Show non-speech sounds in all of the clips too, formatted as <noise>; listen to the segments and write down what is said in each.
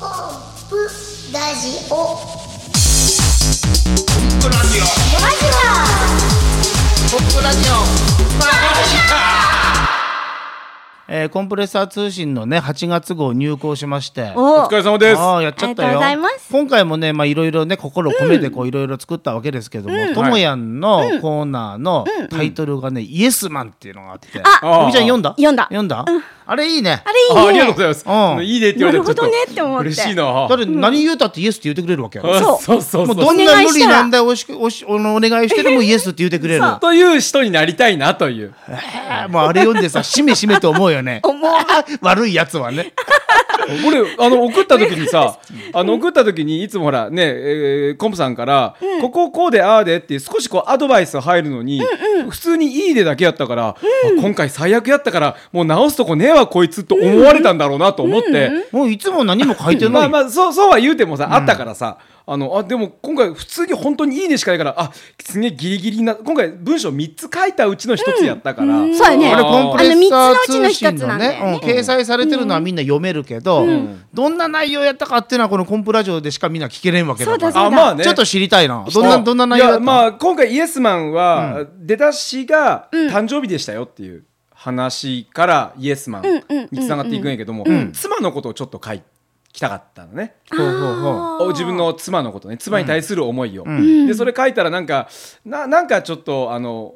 ップラジオポップラジオラジポップラジオえーコンプレッサー通信のね8月号入稿しましておお疲れ様です。ああやっちゃったよありがとうございます今回もねまあいろいろね心を込めてこういろいろ作ったわけですけども、ともやんのコーナーのタイトルがね、イエスマンっていうのがあってあおみちゃん読んだ読んだ読んだ、あれいいねあれいいねあありがとうございます。うんいいねって言われてちょっとなるほどねって思って嬉しいな。だって何言うたってイエスって言ってくれるわけやあそうそうそうもそうう。どんな無理難題を押し押しおお願いしてでもイエスって言ってくれるという人になりたいな <laughs> という。あーもうあれ読んでさしめしめと思うよね思う <laughs> 悪いやつはね俺あの送った時にさ、あの送った時にいつもほらね、えーコンプさんから、こここうでああでっていう少しこうアドバイス入るのに、普通にいいでだけやったから、あ今回最悪やったからもう直すとこねえわこいつと思われたんだろうなと思って。もういつも何も書いてないまあまあそうそうは言うてもさあったからさ、あのあでも今回普通に本当にいいねしかないからあすげえギリギリな今回文章3つ書いたうちの1つやったから、んそうやねあれコンプレッサー通あの三つのうちの一信つのなんだねよねうん掲載されてるのはみんな読めるけど、どんな内容やったかっていうのはこのコンプラジオでしかみんな聞けれんわけだかそうだそらうあまあねちょっと知りたいなどんなどんな内容いだやったまあ今回イエスマンは、出だしが誕生日でしたよっていう話からイエスマンにつながっていくんやけども、妻のことをちょっと書いきたかったのね、ほうほうほうお自分の妻のことね妻に対する思いを、でそれ書いたらなんかななんかちょっとあの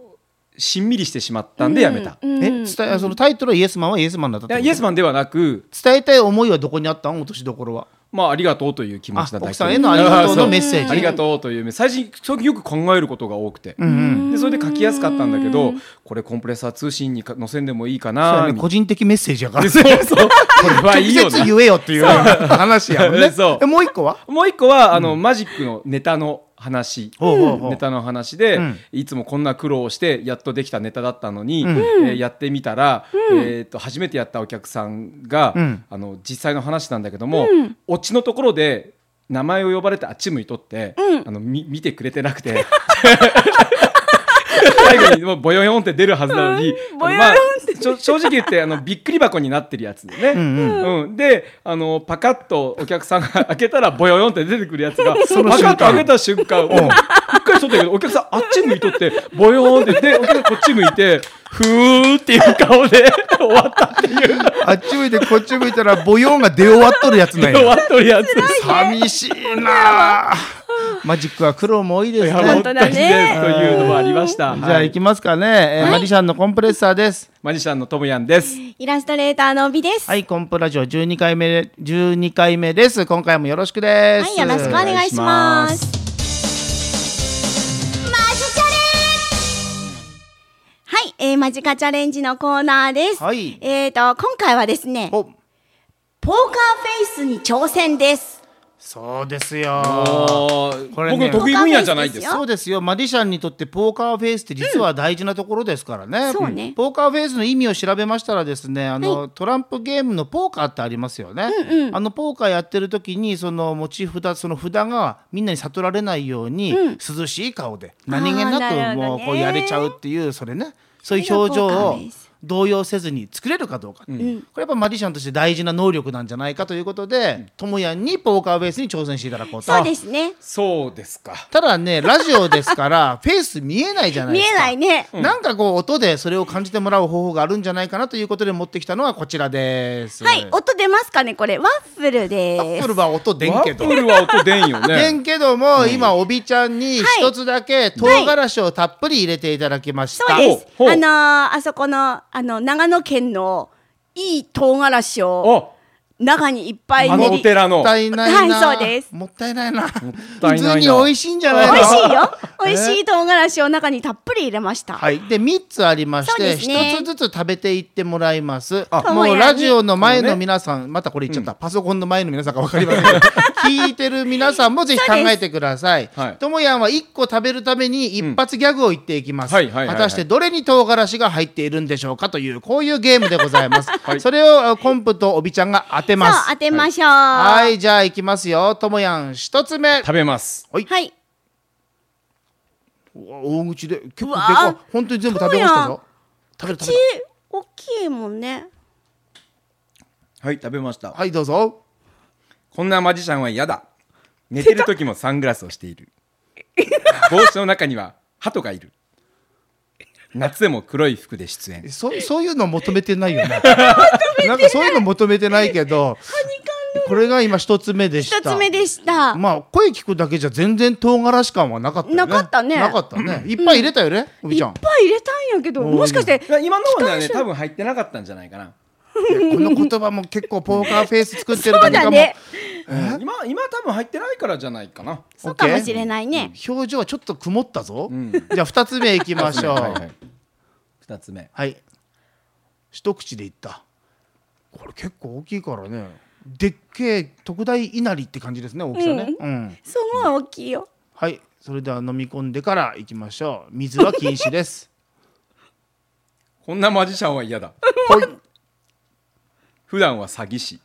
しんみりしてしまったんでやめた、え伝えそのタイトルはイエスマンはイエスマンだったっいやてイエスマンではなく伝えたい思いはどこにあったん落としどころはまあ、ありがとうという気持あちなだけ奥さんへのありがとうのメッセーありジがとうというね最近最近よく考えることが多くて、うんうんでそれで書きやすかったんだけどこれコンプレッサー通信にか載せんでもいいかそうなやねみ個人的メッセージやかたいらな <laughs> そうそうこれはい直いよ接ね言えよっていう話やもんね <laughs> そうえもう一個はもう一個はあの、マジックのネタの話ほうほうほうネタの話で、うんいつもこんな苦労をしてやっとできたネタだったのに、んえーやってみたら、えーっと初めてやったお客さんが、うんあの実際の話なんだけども、オチのところで名前を呼ばれてあっち向いとって、あのみ見てくれてなくて。 <laughs> 最後にもうボヨヨンって出るはずなのに、ボヨヨンあのまあちょ正直言ってあのびっくり箱になってるやつでね、んうんであのパカッとお客さんが開けたらボヨヨンって出てくるやつがそのパ瞬カ間ッと開けた瞬間もう一回しとったけどお客さんあっち向いとってボヨヨンってでお客さんこっち向いてふーっていう顔で終わったっていうあっち向いてこっち向いたらボヨンが出終わっとるやつなん <laughs> や終わっとるやつ寂しいなあマジックは苦労も多いですやねば本い当とだねいうのもありましたじゃあは行いきますかね、えーマジシャンのコンプレッサーですマジシャンのトムヤンですイラストレーターの帯です。はいコンプラジオ12回目で12回目です今回もよろしくですはいよろしくお願いします。マジチャはい、えー、マジカチャレンジのコーナーです。はいえーと、今回はですね、おポーカーフェイスに挑戦です。そうですよここれれ、ね僕の得意分野じゃないですよそうですよマジシャンにとってポーカーフェイスって実は大事なところですからね,、んそうねポーカーフェイスの意味を調べましたらですねあの、トランプゲームのポーカーってありますよね、あのポーカーやってる時にその持ち札その札がみんなに悟られないように、涼しい顔で何気あーななくるほどもねうこうやれちゃうっていうそれねそういうそれが表情ポーカをーです動揺せずに作れるかどうか、これやっぱマジシャンとして大事な能力なんじゃないかということでともやんにポーカーフェイスに挑戦していただこうとそうですね。そうですかただねラジオですから <laughs> フェイス見えないじゃない見ですかえないね。なんかこう音でそれを感じてもらう方法があるんじゃないかなということで持ってきたのはこちらですはい、音出ますかねこれ。ワッフルアでップす。ルは音出んワけッどフルは音出んよ出ねんけども、今おびちゃんにはい一つだけ唐辛子をたっぷり入れていただきましそた、うです。あほうほうのーあそこの、あの、長野県のいい唐辛子をあ中にいっぱいあ練のり。お寺ものったいないな、はいそうですもったいないなたいないな普通に美味しいんじゃないの美味しい <laughs> よ。美味しい唐辛子を中にたっぷり入れました。はい、で3つありましそうて、ですね1つずつ食べていってもらいますあもう友也にラジオの前の皆さん、またこれ言っちゃった、パソコンの前の皆さんか分かりませんけど聞いてる皆さんもぜひ考えてくださいはいともやんは1個食べるために一発ギャグを言っていきます、はいはいはいはい果たしてどれに唐辛子が入っているんでしょうかというこういうゲームでございます、いそれをコンプとおびちゃんが当てそまうす当てましょう。ははい。いじゃあいきますよともやん1つ目食べますはい。うわ大口で結構でうわかい本当に全部食べましたぞ食べる食口べる大きいもんね。はい食べましたはいどうぞこんなマジシャンは嫌だ寝てる時もサングラスをしている帽子の中には鳩がいる夏でも黒い服で出演そそういうの求めてない <laughs> よねなんかそういうの求めてないけどこれが今一つ目でした一つ目でした。まあ声聞くだけじゃ全然唐辛子感はなかったよねなかったねなかったねいっぱい入れたよね、おびいっちゃぱんい入れたんやけど、もしかしていや今の方ではね多分入ってなかったんじゃないかなこの言葉も結構ポーカーフェイス作ってるそう何かだも、ね。今今多分入ってないからじゃないかなそうかもしれないね。表情はちょっと曇ったぞ、んじゃあ二つ目いきましょうはいはい2つ目はい一口でいったこれ結構大きいからねでっけえ特大稲荷って感じですね大きさねうんすごい大きいよ。はい、それでは飲み込んでからいきましょう。水は禁止です。 <laughs> こんなマジシャンは嫌だほい、普段は詐欺師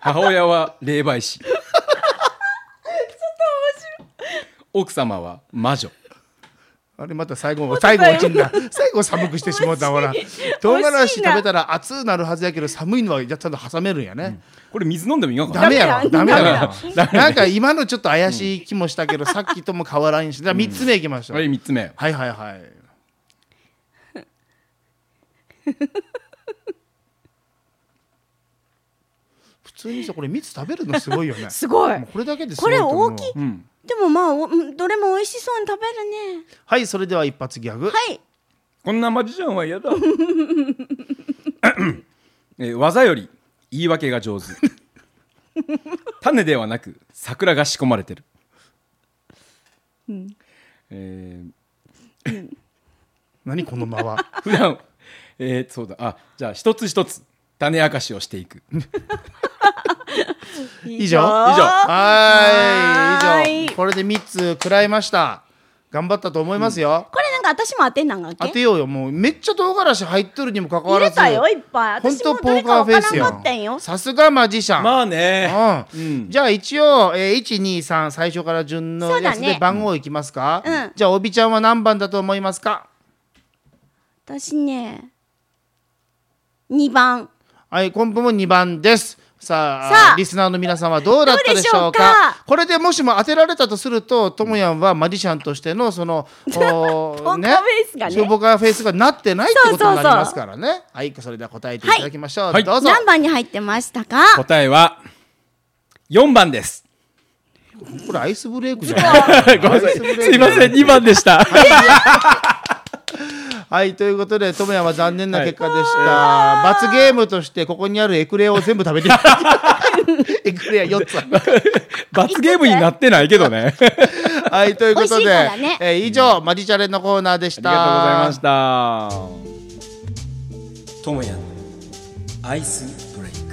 母親は霊媒師奥様は魔女あれまた最後最後落ちんな。最後寒くしてしまったほら。唐辛子食べたら熱なるはずやけど寒いのはやっちゃんと挟めるんやね。これ水飲んでもいいのかダなメやろ。ダダメメやだろ。ダメだなんか今のちょっと怪しい気もしたけど、さっきとも変わらんし。じゃあ三つ目いきましょう。はい3つ目はいはいはい。普通にさこれ蜜食べるのすごいよね。 <laughs> すごいもう。これだけですごいと思うこれ大きいうんでもまあおうんどれも美味しそうに食べるね。はい、それでは一発ギャグ。はい。こんなマジシャンは嫌だ <laughs> えー技より言い訳が上手種ではなく桜が仕込まれてる、えー何この間 <laughs> は。普段 <laughs> えーそうだあじゃあ一つ一つ種明かしをしていく以上。ははーーい、い以上。これで三つ食らいました。頑張ったと思いますよ。これなんか私も当てなんか当っけ。てようよ、もうめっちゃ唐辛子入っとるにもかかわ入られず。たよいっぱい。本私当もポどれーかカーわフかェらイスんかったんやよん。。さすがマジシャン。まあねうんうんじゃあ一応、えー、123最初から順のやつそうだでね番号いきますか、うんじゃあおびちゃんは何番だと思いますか私ね。二番。はい、コンプも2番です。さあさあリスナーの皆さんはどうだったでしょうかどうでしょうかこれでもしも当てられたとするとともやんはマジシャンとしてのそ <laughs> のポポーカーフェイスがねポーカーフェイスがなってないってことそうにそなうそうりますからねはいそれでは答えていただきましょう、はいどうぞ、何番に入ってましたか。答えは4番ですこれアイスブレイクじゃないごめんなさいすいません2番でしたはいということでともやんは残念な結果でした罰ゲームとしてここにあるエクレアを全部食べてい <laughs> ただきエクレア4つ罰ゲームになってないけどねはいということで、美味しいからねえー以上マジチャレのコーナーでしありたがとうございましたともやアイスブレイク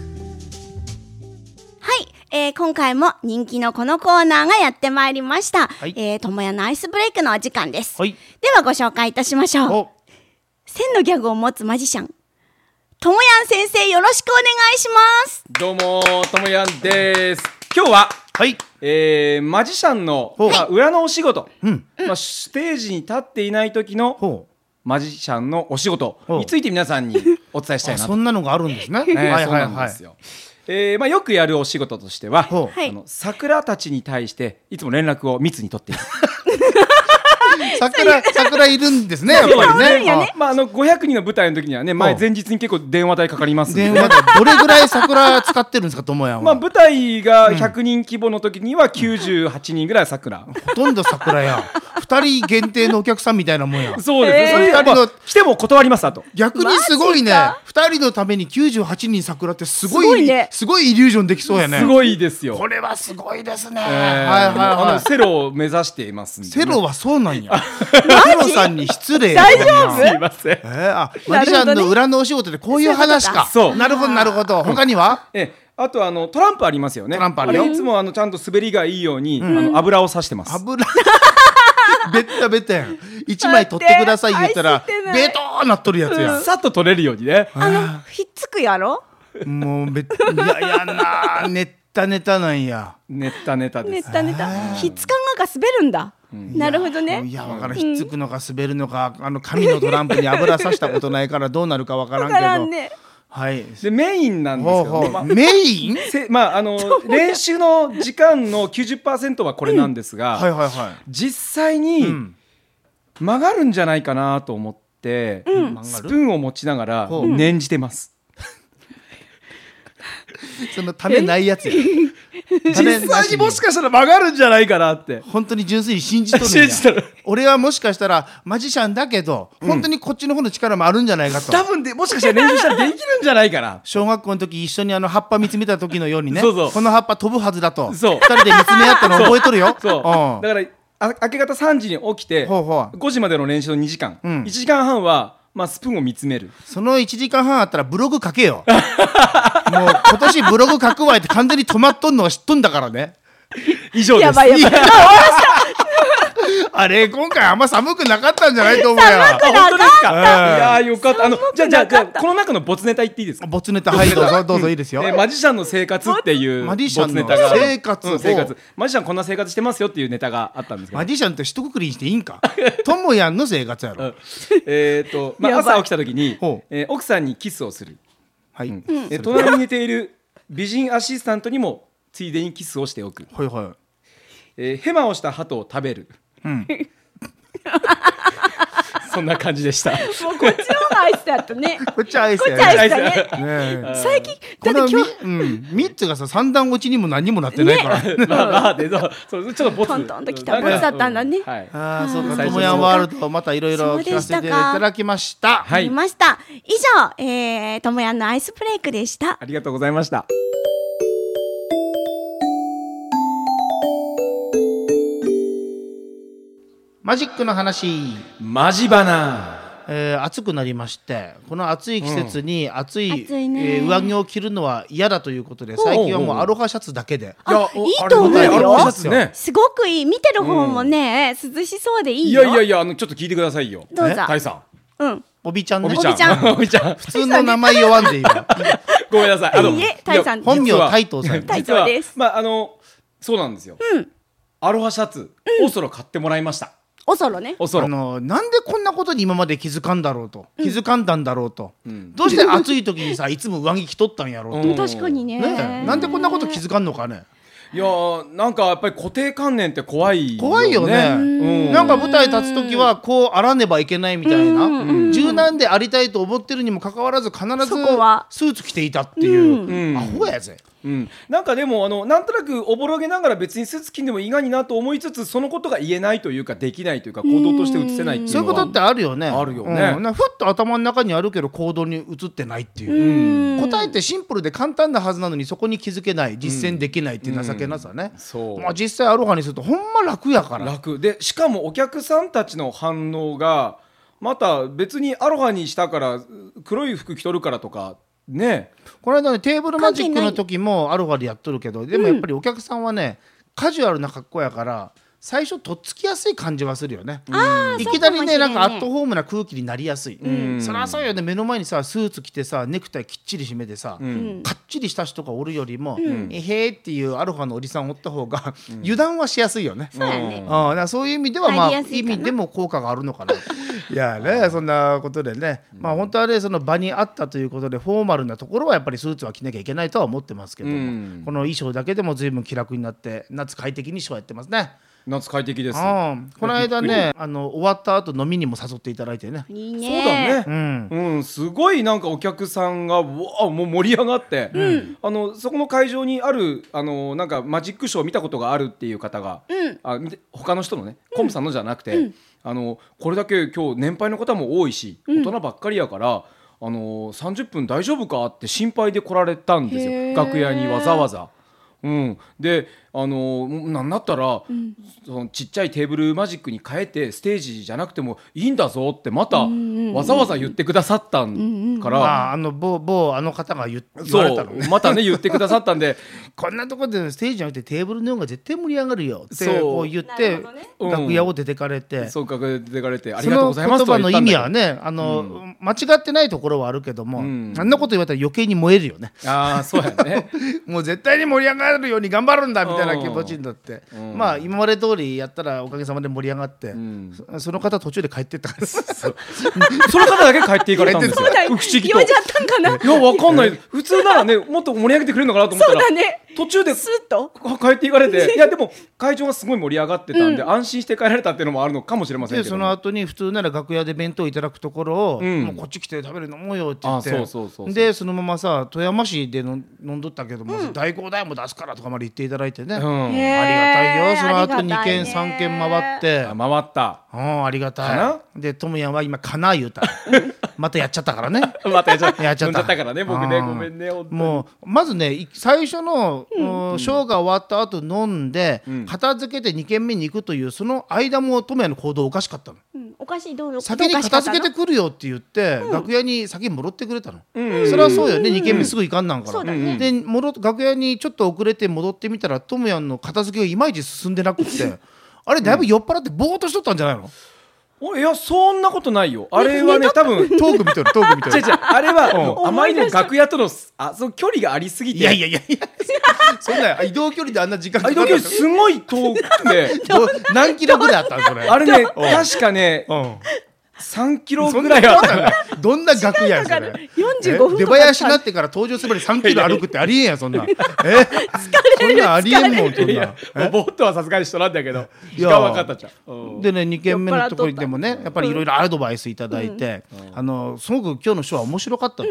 はい、えー今回も人気のこのコーナーがやってまいりました。いえーともやのアイスブレイクのお時間です。はいではご紹介いたしましょう。お千のギャグを持つマジシャン。ともやん先生、よろしくお願いします。どうもともやんです今日ははいえーマジシャンの、ほうまあ裏のお仕事、うんまあ、ステージに立っていない時のほうマジシャンのお仕事ほうについて皆さんにお伝えしたいあなそと。んなのがあるんですねは <laughs> えいーはいそうはいなんはでいすよ。えーまあ、よくやるお仕事としては、ほうはいあの桜たちに対していつも連絡を密に取っている。桜桜いるんですねやっぱりねあまあ、あの500人の舞台の時にはね前ほう前日に結構電話代かかりますんで電話でどれぐらい桜使ってるんですかともやんまあ、は舞台が100人規模の時には98人ぐらい <laughs> 桜。ほとんど桜やん二人限定のお客さんみたいなもんやん <laughs> そうですね、えーそれがまあ来ても断りますあと。逆にすごいねマジか二人のために98人桜ってすごいすごいねすごいイリュージョンできそうやねすごいですよ。これはすごいですね、えーはいはいあはのいセロを目指していますんでね、セロはそうなんや <laughs> セロさんに失礼や大丈夫こんすなんいませんえー、あマジシャンの裏のお仕事でこういう話かそういうことなかるほどなるほど他にはええあとあのトランプありますよねトランプあるよれいつもあのちゃんと滑りがいいように、あの油をさしてます油ベッタベタやん一枚取ってください言ったら待って愛してないベトーなっとるやつやさっと取れるようにねあの、ひっつくやろん、もうべっいややなネタネタなんや、ネタネタでネすタネタ。ひっつかんがか滑るんだ。なるほどね。いやわからんひっつくのか滑るのか、あの紙のトランプに油さしたことないからどうなるかわからんけどわからんね。はいでメインなんですほけうどほうね、まあメインせまああの練習の時間の90%はこれなんですが、はいはいは実際い、にうん曲がるんじゃないかなと思って、んスプーンを持ちながらほう念じてます、そのためないやつやため実な際しにもしかしたら曲がるんじゃないかなって本当に純粋に信じとるんや信じとる俺はもしかしたらマジシャンだけど本当にこっちの方の力もあるんじゃないかと、多分でもしかしたら練習したらできるんじゃないかな小学校の時一緒にあの葉っぱ見つめた時のようにねそうそうこの葉っぱ飛ぶはずだと二 <laughs> そう人で見つめ合ったの覚えとるよそう、んだからあ明け方3時に起きてほうほう5時までの練習の2時間、うん1時間半は、まあ、スプーンを見つめるその1時間半あったらブログ書けよもう今年ブログ書くわいって完全に止まっとんのは知っとんだからね以上ですやばいやばい。やあれ今回あんま寒くなかったんじゃないと思うよあ本当ですうんかいやーよかったあのじゃあじゃあじゃあこの中のボツネタ言っていいですかボツネタはいどうぞどうぞいいですよ、えーマジシャンの生活っていうマジシャンのボツネタが生活うん生活ほマジシャンこんな生活してますよっていうネタがあったんですけどマジシャンって一括りにしていいんかともやんの生活やろ、うん <laughs> えっと、まあ、やばい朝起きた時にほう、えー奥さんにキスをする、はい、うんえー隣に寝ている美人アシスタントにもついでにキスをしておく、はいはえーヘマをした鳩を食べる、ん <laughs> そんな感じ <laughs> でしたもうこっちの方がアイスだったね。いこっちはアイスこっやちアねイスだね。ねえ最近、こだのってみ今日、うん、ミッツがさ三段落ちにも何にもなってないから、まあまあでそうそうちょっとボツトントンときたなんかボツだったんだねうはい、ああそうあかーともやんワールドまたいろいろ聞かせていただきましたはいいました。以上、えー、ともやんのアイスブレイクでした。ありがとうございましたマジックの話マジバナえー暑くなりましてこの暑い季節に暑い,、暑いねえー上着を着るのは嫌だということで最近はもうアロハシャツだけであいやおいいと思うよあれあれアロアロハハシツシャャツねねすごくいい。見てる方もね、涼しそうでいいいよ。やいやいやあのちょっと聞いてくださいよどうぞえタイさんうん。おびちゃんおねびちゃんおびちゃん <laughs> おびちゃん普通の名前言わんでいいわごめんなさいあのいいえタイさんいや本名実はタイトーさんタイ <laughs> 実はそうですまああのそうなんですよアロハシャツおそろ買ってもらいましたおそろね。おそあろのなんでこんなことに今まで気づかんだろうと気づかんだんだろうと、どうして暑い時にさいつも上着着とったんやろうと、うん確かにね。ねえなんでこんなこと気づかんのかねいやーなんかやっぱり固定観念って怖い怖いよねうんなんか舞台立つ時はこうあらねばいけないみたいな柔軟でありたいと思ってるにもかかわらず必ずスそこはーツ着ていたっていう、うんアホやぜうん、なんかでもあのなんとなくおぼろげながら別にスーツ着んでもいいがになと思いつつそのことが言えないというかできないというか行動として移せないっていうそのはういうことってあるよねあるよねうんなふっと頭の中にあるけど行動に移ってないっていう、答えってシンプルで簡単なはずなのにそこに気づけない実践できないっていう情けなさね、そうまあ、実際アロハにするとほんま楽やから楽でしかもお客さんたちの反応がまた別にアロハにしたから黒い服着とるからとかねこの間ねテーブルマジックの時もアロハでやっとるけどでもやっぱりお客さんはね、カジュアルな格好やから最初とっつきやすい感じはするよね、あーいきなりねなそうかもしれんいかアットホームな空気になりやすい、んそりゃそうよね目の前にさスーツ着てさネクタイきっちり締めてさ、んかっちりした人がおるよりも、えへーっていうアロハのおじさんおった方が、油断はしやすいよね。そうやね。ああだからそういう意味ではまあ入りやす意いかな味でも効果があるのかな。いやねそんなことでね、まあ本当はねその場にあったということでフォーマルなところはやっぱりスーツは着なきゃいけないとは思ってますけども、うんこの衣装だけでも随分気楽になって夏快適に衣装やってますね。夏快適ですうんこの間ねあの終わった後飲みにも誘っていただいてね。いいそね。うだうねん、うん、すごいなんかお客さんがうわもう盛り上がって、あのそこの会場にあるあのなんかマジックショー見たことがあるっていう方が、あ見て他の人のねコムさんのじゃなくて、あのこれだけ今日年配の方も多いし、大人ばっかりやからあの30分大丈夫かって心配で来られたんですへよー楽屋にわざわざ。うん、であのなんだったら、そのちっちゃいテーブルマジックに変えてステージじゃなくてもいいんだぞってまたわざわざ言ってくださったんかまら、ああの某某あの方が言言わそれたのうね。またね言ってくださった <laughs> んでこんなとこでステージじゃなくてテーブルの方が絶対盛り上がるよってそうこう言っなてるほどねうん楽屋を出てかれて。そうか出てかれてありそがとうのござい言ますとは葉の言った意んだ味けどはねあの、間違ってないところはあるけども、んあんなこと言われたら余計に燃えるよね <laughs> ああそうやねもう絶対に盛り上がるように頑張るんだみたいたいな気持ちになって、まあ今まで通りやったらおかげさまで盛り上がって、そその方途中で帰ってったからです。その方だけ帰っていかれたんです <laughs> よそうだ。よ不思議と。用事あったんかないや、わかんない。普通ならね、もっと盛り上げてくれるのかなと思ったそうら。だね。途中で。スッと。帰っていかれて、いや、でも、会場がすごい盛り上がってたんで、安心して帰られたっていうのもあるのかもしれませんでけどそね。の後に普通なら楽屋で弁当いただくところを、うんもうこっち来て食べる飲もうよって言ってあそうそうそうそうでそのままさ富山市での飲んどったけども、大工代も出すからとかまで言っていただいてね、あうんへりえがたいよその後ありが2たい軒ね3軒回ってあ。回った。 <laughs> うん、ありがたいかでトムヤンは今かな言うた <laughs> またやっちゃったからねまたやっちゃった。やっちゃ飲ったんじゃったからね、僕ね、うんごめんね。本当にもうまずねい最初の、うんショーが終わった後飲んで、ん片付けて2軒目に行くというその間もトムヤンの行動おかしかったのうんおかしいどうどう先にどうかし片かっ付たなけてくるよって言って、楽屋に先に戻ってくれたの、うんそれはそうよね、2軒目すぐ行かんなんから、そうだで戻っ楽屋にちょっと遅れて戻ってみたらトムヤンの片付けがいまいち進んでなくって <laughs> あれだいぶ酔っ払ってぼーっとしとったんじゃないの、おいや、そんなことないよ。あれはね、<laughs> 多分。トーク見てるトーク見て違う違るうあれはもうあまり思いの出した楽屋とのあその距離がありすぎていやい <laughs> やいやいやそんな移動距離であんな時間あか移か動る距離すごい遠くてど何キロぐらいあったのそれあれね確かねうん3キロそんぐならいにあはったんだどんな楽屋やそかれかる45分えとか出囃子になってから登場するまで3キロ歩くってありえんやんそんなんえそんなんありえんもんそんいなやんもうボットはさすがに人なんだけどい時や間はかかったじゃんうんでね2軒目のところにでもねやっぱりいろいろアドバイスいただいて、あのすごく今日のショーは面白かったと、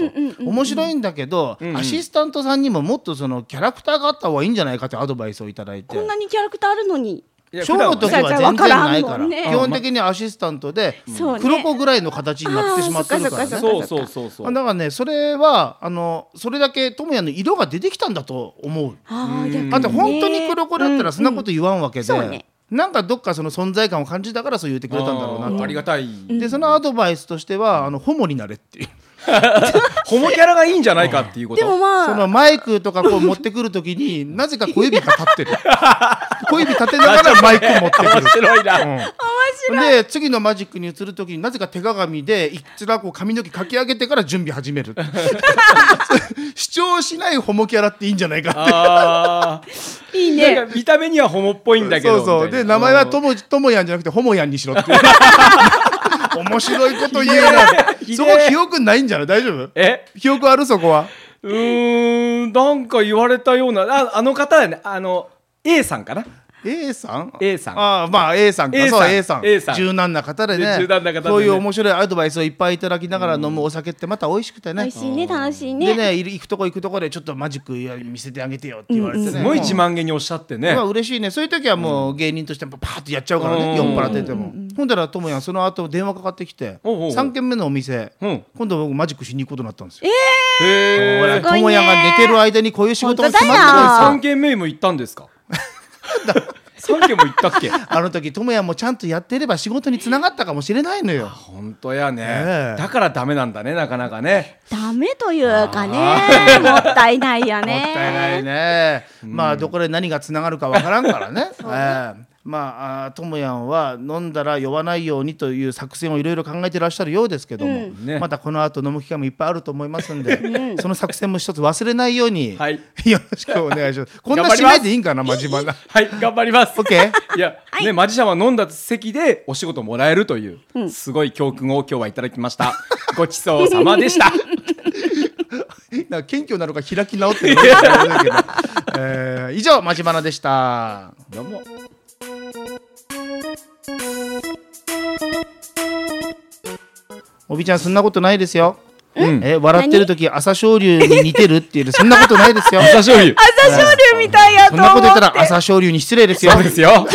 面白いんだけど、アシスタントさんにももっとそのキャラクターがあった方がいいんじゃないかってアドバイスをいただいてこんなにキャラクターあるのにいやショーの時は全普段はね然ないからわからんもんね基本的にアシスタントでそうね黒子ぐらいの形になってしまってるからあーそねっ。そうそうそうそあうだからねそれはあのそれだけ智也の色が出てきたんだと思う。ああ逆にねだって本当に黒子だったらそんなこと言わんわけで、うんそうねなんかどっかその存在感を感じたからそう言ってくれたんだろうなあーとありがたいでそのアドバイスとしてはあのホモになれっていうホモキャラがいいんじゃないかっていうこでもとそまのあマイクとかこう持ってくるときになぜか小指が立ってる小指立てながらマイクを持ってくる面白いなで次のマジックに移る時になぜか手鏡で一覧こう髪の毛かき上げてから準備始める <laughs> 主張しないホモキャラっていいんじゃないかあいいーねなんか見た目にはホモっぽいんだけどそうそうみたいでな名前はともともやんじゃなくてホモやんにしろって <laughs> 面白いこと言うなひでえそこ記憶ないんじゃない大丈夫え記憶あるそこはうーんなんか言われたようなああの方だねあの A さんかな A さん A さんああまあ A さんか A そうさん A さん A さん柔軟な方でねね柔軟な方でねそういう面白いアドバイスをいっぱいいただきながら飲むお酒ってまた美味しくて美ね味しいね楽しいでねねいる行くとこ行くとこでちょっとマジックや見せてあげてよって言われてね、すごい自慢げにおっしゃってねまあ嬉しいねそういう時はもう芸人としてパーッとやっちゃうからうんね酔っ払ってても、ほんだらともやんその後電話かかってきておうおう3軒目のお店、うん今度僕マジックしに行くことになったんですよへほらすえごいねともやんが寝てる間にこういう仕事が決まって本当だよこい三軒目も行ったんです <laughs> か三軒も行ったっけあの時ともやんもちゃんとやってれば仕事につながったかもしれないのよ本当やね、ええだからダメなんだねなかなかねダメというかねもったいないよねもったいないね、まあどこで何がつながるかわからんから <laughs> ねええまああーともやんは飲んだら酔わないようにという作戦をいろいろ考えてらっしゃるようですけども、んねまたこの後飲む機会もいっぱいあると思います <laughs> んで、その作戦も一つ忘れないように、はい <laughs> よろしくお願いしますこんな頑張り締ますめでいいんかな真面目なはい頑張ります OK <laughs> <laughs> いや、ねマジシャンは飲んだ席でお仕事もらえるという、すごい教訓を今日はいただきましたごちそうさまでした <laughs> なんか謙虚なのか開き直ってる <laughs> のかわかんないけど、えー以上真島なでしたどうもおびちゃんそんなことないですよ、んえ笑ってる時朝青龍に似てるっていうそんなことない <laughs> ですよ久しぶり朝青龍みたいやとそん思なってこと言ったら朝青龍に失礼ですよそうですよ逆に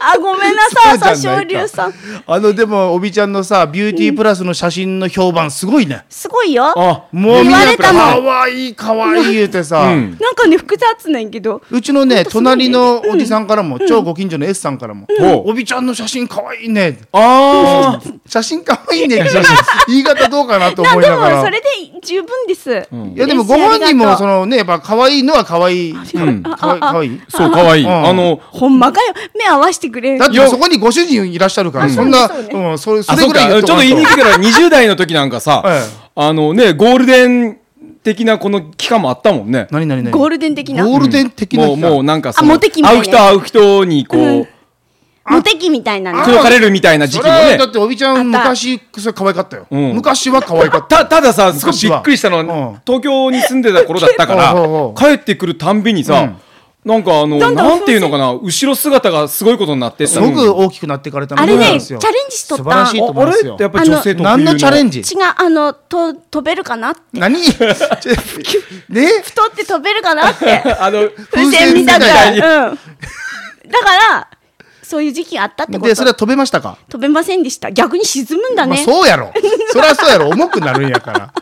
あごめんなさいそうじ朝ゃないか青龍さん <laughs> あのでもおびちゃんのさビューティープラスの写真の評判すごいね、すごいよあもうみんな言われたのかわいいかわいい言うてさ、ううんなんかね複雑なんやけどちのね隣のおじさんからも、超ご近所の S さんからも「うんおびちゃんの写真かわいいねあー写真かわいいね」って <laughs> 言い方どうかなとな思いでながらもそれで十分ですんいやでもご本人もそのねやっぱ可愛いのは可愛い、うん、かわい可愛いそう可愛いい、うんあのほんまかよ目合わせてくれだってそこにご主人いらっしゃるから、そんな、うん、それそあれそぐうらかいちょっと言いにくいい <laughs> から20代の時なんかさ、えあのねゴールデン的なこの期間もあったもんね。何何何ゴールデン的な。ゴーモルデン的なもう日だもうなんかそあのモテ期みたいな会う人会う人にこう、テキみたいなの口。説かれるみたいな時そ期れもはねだ。っておびちゃんあった昔それ可愛かったよ、うん昔は可愛かったたたださすごい昔びはっくりしたのは、うん東京に住んでた頃だったかうんうんうんら帰ってくるたんびにさ、なんかあどんのどんなんていうのかな後ろ姿がすごいことになってすごく大きくなっていかれたのあれそうなんね、ですチよャレンジしとった。素晴らしいと思いますよああれってやっぱり女性と何のチャレンジ違う、あの、と、飛べるかな何ちょ <laughs> <laughs> ね太って飛べるかなって。 <laughs> あの風船見た風船みたくらいい。うん。だから、そういう時期があったってこでと。それは飛べましたか、飛べませんでした。逆に沈むんだまあ、ね。そうやろそりゃそうやろ重くなるんやから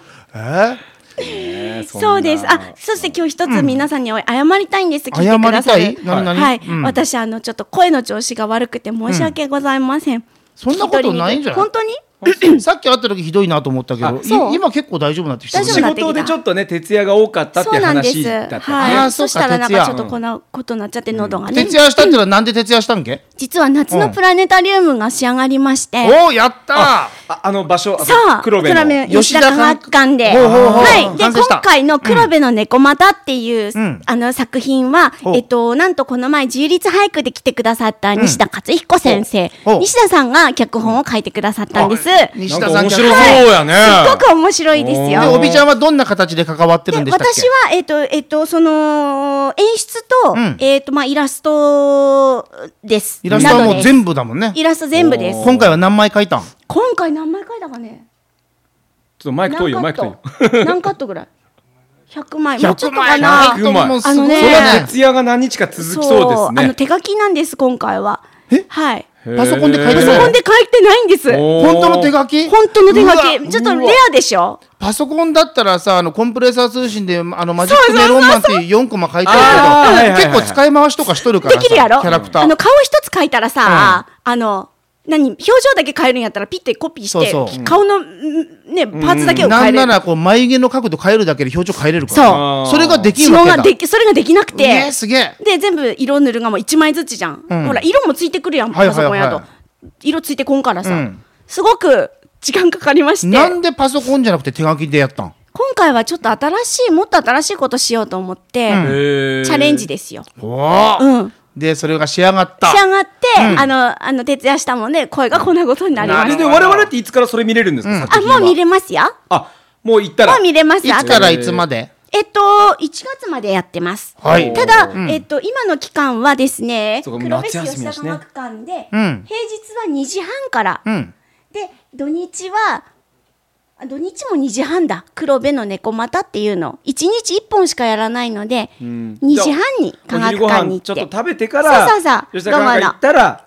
そうです。あ、そして今日一つ皆さんにお謝りたいんです。聞いてくださ謝りるたい。何々はい、うん私あのちょっと声の調子が悪くて申し訳ございません。そんなことないんじゃない本当に？えさっき会った時ひどいなと思ったけどいそう今結構大丈夫になってきてる大丈夫仕なってきた事でちょっとね徹夜が多かったってそいううなんで話す。だったね、あはーい。そそうかしたら徹なんかち夜ょっとこんなことになっちゃって喉がね。徹夜したってのはなんで徹夜したんけ、実は夏のプラネタリウムが仕上がりまして。おおやったーああの場所さあ、黒部黒部の吉吉田田監科督学館で。ほうほうほうはい。で、完成した今回の黒部の猫股っていう、んあの作品はほ、うえっと、なんとこの前、自由律俳句で来てくださった西田勝彦先生、ほうほう西田さんが脚本を書いてくださったんです。すっ西なん田かさん面白がそうやね、ごく面白いですでよ。おびちゃんはどんな形で関わってるんでしたっけ私は、えっ、と、えっ、と、その、演出と、んえっ、と、まあ、イラストです。イラストはなどもでうす全部だもんねイラスト全部です。今回は何枚書いたん今回何枚書いたかねちょっとマイク遠いよマ何イクカ遠いよット <laughs> 何カットぐらい100枚もうちょっ100とか枚な100枚もうすあごのいねそのね徹夜が何日か続きそうですあねの手書きなんです今回ははいへーパソコンで書いパてソないコンで書いてないんですお本ー本当の手書き当のう手書わきちょっとレアでしょパソコンだったらさあのコンプレッサー通信であのマジックメロンマンっていう4コマ書いてあーはいはいるはいけど結構使い回しとかしとるからでさきるやろキャラクタあのー顔一つ書いたらさあの何表情だけ変えるんやったらピッてコピーしてそうそう顔のんねパーツだけをな変えんなるらこう眉毛の角度変えるだけで表情変えれるからそうあーそれができ指るわ紋けがだできそれができなくてねすげえで全部色塗るがもう1枚ずつじゃん、ほら色もついてくるやんはいはパいソはいコンやと色ついてこんからさ、うんすごく時間かかりましてなんでパソコンじゃなくて手書きでやったん今回はちょっと新しいもっと新しいことしようと思って、へーチャレンジですよ、おーうん、でそれが仕上がった仕上がって、あのあの徹夜したもんで声がこんなことになりまあしれでた我々っていつからそれ見れるんですか、作あ品はもう見れますよあもう行ったらもう見れますいつからいつまでえっと、1月までやってます。はいただ、えっと、今の期間はですね、そ黒うか部市夏休吉み田だし科ね学館で、うん平日は2時半から、うんで、土日は、あ土日も2時半だ。黒部の猫股っていうの。1日1本しかやらないので、2時半に科お学昼ご館飯にちょ行っっとて、食べてからそうそうそう吉田さんが行ったら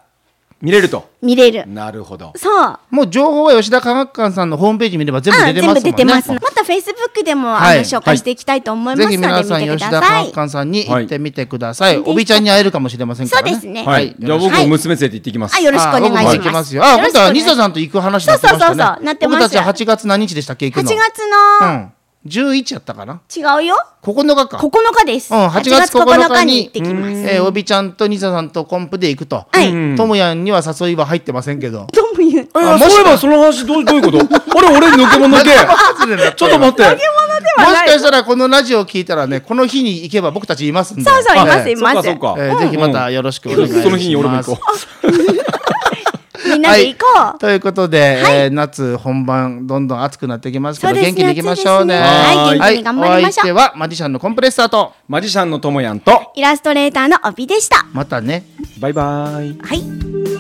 見れると見れる。なるほどそう。もう情報は吉田科学館さんのホームページ見れば全部出てますもんねあ全部出てます。また Facebook でも、はいあの紹介していきたいと思いますぜので、ひ皆さん見てく吉田だ科さ学い。館さんに行ってみてください。はいおびちゃんに会えるかもしれませんからね。そうですねはい、よろしくじゃあ僕も娘連れて行ってきます、あ、よろしくお願いします。あ僕も行きますよ。あ、よろ今しく度はお願い西しま田すさんと行く話になってましたね。そうそうそうなってま僕すたちは8月何日でしたっけ行く8の。月うん。11やったかな。の、違うよ9日か。 9日です、うん、8月9日に、 8月9日行ってきますえーおびちゃんと西田さんとコンプで行くと。はいともやんには誘いは入ってませんけど。どうも言うえあもしかそういえばその話どうどういうことあれ俺抜け物抜けちょっと待ってもしかしたらこのラジオを聞いたらね、この日に行けば僕たちいますんで。そうそういますえいそうまかす、そうか、ーえーぜひまたよろしくお願いします。その日に俺も行こうみんなで行こう、はい、ということで、えー夏本番どんどん暑くなってきますけど、そうです元ね気にいきましょうね。暑いですねはい元気に頑張りましょはいお相う手はマジシャンのコンプレッサーと、マジシャンのともやんとイラストレーターの帯でしたまたね。バイバイはい